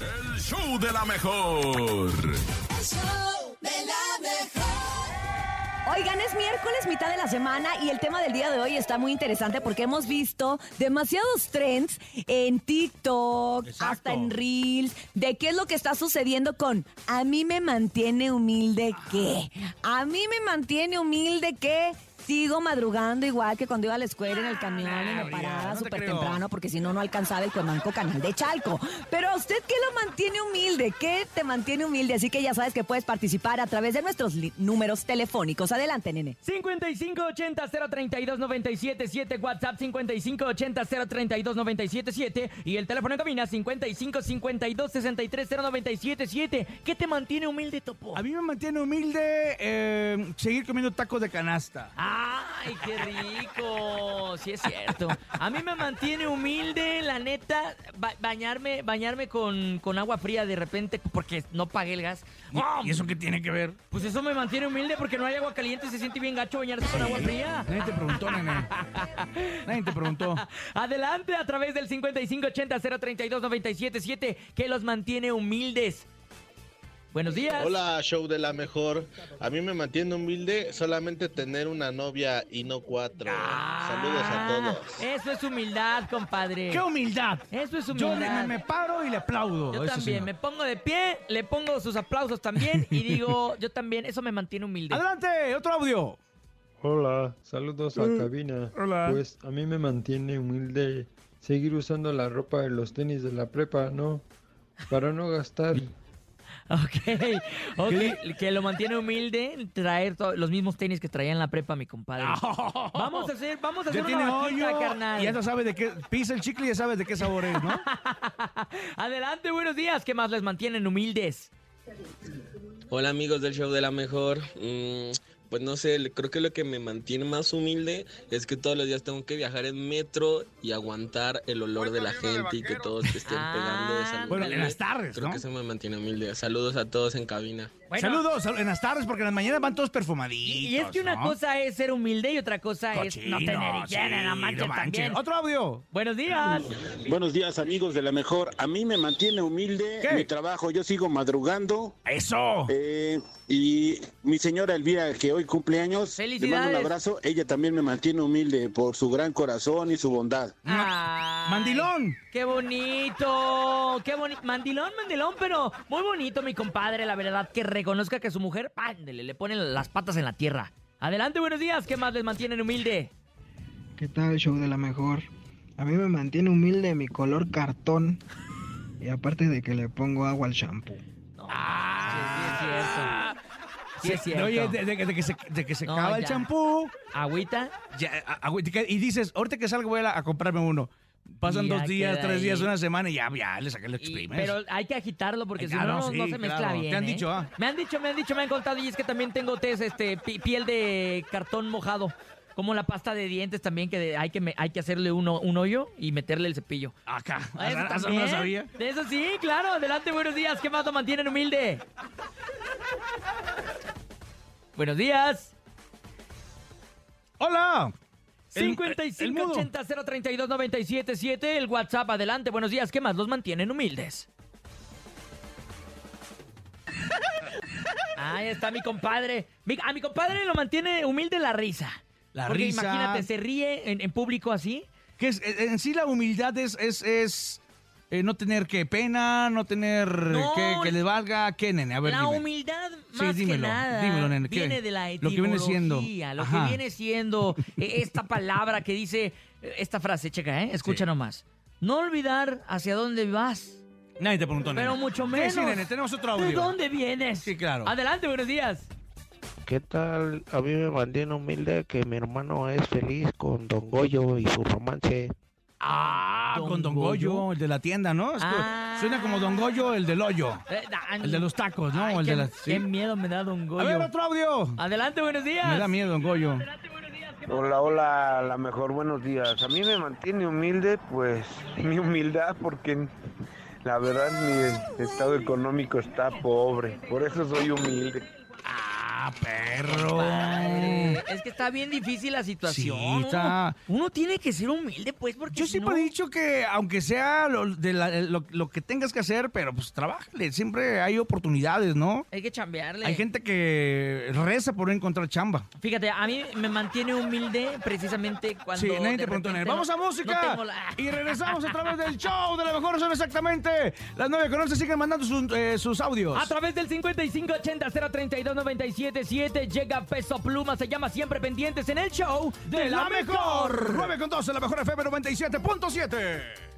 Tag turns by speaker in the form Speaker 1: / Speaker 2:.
Speaker 1: El show de la mejor.
Speaker 2: Oigan, es miércoles, mitad de la semana y el tema del día de hoy está muy interesante porque hemos visto demasiados trends en TikTok,
Speaker 3: Exacto.
Speaker 2: hasta en Reels, de qué es lo que está sucediendo con a mí me mantiene humilde qué, a mí me mantiene humilde qué. Sigo madrugando igual que cuando iba a la escuela en el camión y me
Speaker 3: Gabriela,
Speaker 2: paraba
Speaker 3: Ah, no te
Speaker 2: súper
Speaker 3: creo.
Speaker 2: temprano porque si no, no alcanzaba el Cuemanco Canal de Chalco. Pero a usted, ¿qué lo mantiene humilde? ¿Qué te mantiene humilde? Así que ya sabes que puedes participar a través de nuestros li- números telefónicos. Adelante, nene.
Speaker 4: 5580-032-977, WhatsApp 5580-032-977 y el teléfono en cabina 5552-630977. ¿Qué te mantiene humilde, Topo?
Speaker 3: A mí me mantiene humilde eh, seguir comiendo tacos de canasta.
Speaker 4: ¡Ay, qué rico! Sí, es cierto. A mí me mantiene humilde, la neta, ba- bañarme, bañarme con, con agua fría de repente porque no pagué el gas. ¡Oh!
Speaker 3: ¿Y, y eso qué tiene que ver?
Speaker 4: Pues eso me mantiene humilde porque no hay agua caliente y se siente bien gacho bañarse con agua fría.
Speaker 3: Nadie te preguntó, nene. Nadie te preguntó.
Speaker 4: Adelante a través del 5580-032-977 que los mantiene humildes. Buenos días.
Speaker 5: Hola, show de la mejor. A mí me mantiene humilde solamente tener una novia y no cuatro. Saludos a
Speaker 4: Ah,
Speaker 5: todos.
Speaker 4: Eso es humildad, compadre.
Speaker 3: ¡Qué humildad!
Speaker 4: Eso Eh, es
Speaker 3: Yo
Speaker 4: humildad.
Speaker 3: le- me, me paro y le aplaudo.
Speaker 4: Yo
Speaker 3: a ese
Speaker 4: también, me
Speaker 3: señor.
Speaker 4: pongo de pie, le pongo sus aplausos también y digo, yo también, eso me mantiene humilde.
Speaker 3: Adelante, otro audio.
Speaker 6: Hola, saludos
Speaker 7: Mm,
Speaker 6: a cabina.
Speaker 3: hola.
Speaker 6: Pues a mí me mantiene humilde seguir usando la ropa de los tenis de la prepa, ¿no? Para no gastar.
Speaker 4: Ok, ok, que lo mantiene humilde traer to- los mismos tenis que traía en la prepa mi compadre. Vamos a hacer, vamos a hacer
Speaker 3: Ya tiene
Speaker 4: una vaquita,
Speaker 3: hoyo.
Speaker 4: carnal.
Speaker 3: Y ya no sabe de qué. Pisa el chicle y ya sabe de qué sabor es, ¿no?
Speaker 4: Adelante, buenos días. ¿Qué más les mantienen humildes?
Speaker 8: Hola amigos del show de la mejor. Mm, pues no sé, le- creo que lo que me mantiene más humilde es que todos los días tengo que viajar en metro y aguantar el olor de la gente y que todos te estén pegando de
Speaker 4: Ah,
Speaker 8: salud.
Speaker 3: Bueno, en las tardes,
Speaker 8: Creo
Speaker 3: ¿no?
Speaker 8: que eso me mantiene humilde. Saludos a todos en cabina.
Speaker 4: Bueno,
Speaker 3: Saludos sal- en las tardes porque en las mañanas van todos perfumaditos.
Speaker 4: Y, y es que una
Speaker 3: ¿no?
Speaker 4: cosa es ser humilde y otra cosa es no
Speaker 3: Cochino,
Speaker 4: tener higiene,
Speaker 3: sí,
Speaker 4: no manches también.
Speaker 3: Otro audio.
Speaker 4: Buenos días.
Speaker 9: Buenos días amigos de la mejor. A mí me mantiene humilde
Speaker 3: ¿Qué?
Speaker 9: mi trabajo. Yo sigo madrugando.
Speaker 3: Eso.
Speaker 9: eh, y mi señora Elvira, que hoy cumple años, le mando un
Speaker 4: Felicidades.
Speaker 9: abrazo. Ella también me mantiene humilde por su gran corazón y su bondad.
Speaker 4: Ay,
Speaker 3: Mandilón.
Speaker 4: Qué bonito, qué bonito. Mandilón, mandilón, pero muy bonito mi compadre, la verdad, que reconozca que su mujer, ándele, le ponen las patas en la tierra. Adelante, buenos días. ¿Qué más les mantienen humilde?
Speaker 7: ¿Qué tal, show de la mejor? A mí me mantiene humilde mi color cartón. Y aparte de que le pongo agua al shampoo.
Speaker 4: No, Ah, sí, sí, es cierto. Sí, es cierto.
Speaker 3: Oye, de, de- de que se, de que se
Speaker 4: No,
Speaker 3: acaba el
Speaker 4: ya.
Speaker 3: champú.
Speaker 4: Agüita.
Speaker 3: ya, a- agüita, que- y dices, ahorita que salgo voy a, la- a comprarme uno. Pasan
Speaker 4: Y ya
Speaker 3: dos días,
Speaker 4: queda
Speaker 3: tres días,
Speaker 4: ahí.
Speaker 3: una semana y ya, ya le saqué el
Speaker 4: Y-
Speaker 3: exprimes.
Speaker 4: pero hay que agitarlo porque
Speaker 3: Ay,
Speaker 4: si no,
Speaker 3: claro,
Speaker 4: no, no
Speaker 3: sí,
Speaker 4: se mezcla
Speaker 3: claro.
Speaker 4: bien.
Speaker 3: Te han
Speaker 4: ¿eh?
Speaker 3: dicho, ah.
Speaker 4: Me han dicho, me han dicho, me han contado. Y es que también tengo test, este, pi- piel de cartón mojado. Como la pasta de dientes también, que de- hay, que me- hay que hacerle uno, un hoyo y meterle el cepillo.
Speaker 3: Acá.
Speaker 4: Ah, eso
Speaker 3: Hasta- hasta no
Speaker 4: también.
Speaker 3: lo sabía.
Speaker 4: De eso sí, claro. Adelante, buenos días. ¿Qué más lo mantienen humilde? buenos días.
Speaker 3: ¡Hola!
Speaker 4: eh,
Speaker 3: El- el- el
Speaker 4: 5580 032 977 el WhatsApp, adelante, buenos días. ¿Qué más los mantienen humildes? Ahí está mi compadre. Mi- a mi compadre lo mantiene humilde la risa.
Speaker 3: La
Speaker 4: Porque
Speaker 3: risa.
Speaker 4: imagínate, se ríe en, en público así.
Speaker 3: Que es- Eh, en en sí la humildad es, es, es eh, no tener que pena, no tener
Speaker 4: No,
Speaker 3: que, que le valga. ¿Qué, nene? A ver,
Speaker 4: la
Speaker 3: dime.
Speaker 4: humildad
Speaker 3: Sí,
Speaker 4: más que
Speaker 3: dímelo,
Speaker 4: nada
Speaker 3: dímelo, nene, ¿qué?
Speaker 4: viene de la
Speaker 3: Lo que viene siendo.
Speaker 4: etimología, lo
Speaker 3: Ajá.
Speaker 4: que viene siendo eh, esta palabra que dice eh, esta frase, checa, ¿eh? escucha
Speaker 3: Sí.
Speaker 4: nomás. No olvidar hacia dónde vas.
Speaker 3: Nadie te preguntó, nene.
Speaker 4: Pero mucho
Speaker 3: Sí,
Speaker 4: menos.
Speaker 3: Sí, nene, tenemos otro audio.
Speaker 4: ¿De dónde vienes?
Speaker 3: Sí, claro.
Speaker 4: Adelante, buenos días.
Speaker 10: ¿Qué tal? A mí me mantiene humilde que mi hermano es feliz con Don Goyo y su romance.
Speaker 3: Ah,
Speaker 4: Don
Speaker 3: con Don
Speaker 4: Goyo.
Speaker 3: Goyo, el de la tienda, ¿no? Es que
Speaker 4: Ah.
Speaker 3: Suena como Don Goyo, el del hoyo.
Speaker 4: Eh, da-
Speaker 3: El de los tacos, ¿no?
Speaker 4: Ay,
Speaker 3: el
Speaker 4: qué,
Speaker 3: de la-
Speaker 4: qué
Speaker 3: sí.
Speaker 4: miedo me da Don
Speaker 3: A
Speaker 4: Goyo.
Speaker 3: ver, otro audio.
Speaker 4: Adelante, buenos días.
Speaker 3: Me da miedo, Don Goyo.
Speaker 10: Hola, hola, la mejor, buenos días. A mí me mantiene humilde, pues mi humildad, porque la verdad mi estado económico está pobre. Por eso soy humilde.
Speaker 3: Ah, Ah, perro.
Speaker 4: Pues, Padre, Es que está bien difícil la situación.
Speaker 3: Sí, está-
Speaker 4: Uno, uno tiene que ser humilde, pues, porque
Speaker 3: Yo
Speaker 4: si
Speaker 3: siempre
Speaker 4: no-
Speaker 3: he dicho que aunque sea lo, de la- eh, lo- lo que tengas que hacer, pero pues trabájale, siempre hay oportunidades, ¿no?
Speaker 4: Hay que chambearle.
Speaker 3: Hay gente que reza por no encontrar chamba.
Speaker 4: Fíjate, a mí me mantiene humilde precisamente cuando.
Speaker 3: sí, nadie
Speaker 4: de
Speaker 3: te preguntó,
Speaker 4: repente
Speaker 3: Nel. Vamos
Speaker 4: no-
Speaker 3: a
Speaker 4: no
Speaker 3: música
Speaker 4: tengo la-
Speaker 3: y regresamos a través del show de la mejor son exactamente las 9 con 11. Siguen mandando sus, eh, sus audios.
Speaker 4: A través del 5580-032-977 llega Peso Pluma, se llama Siempre Pendientes en el show de, la, mejor.
Speaker 3: 9 con 12, la mejor FM 97.7.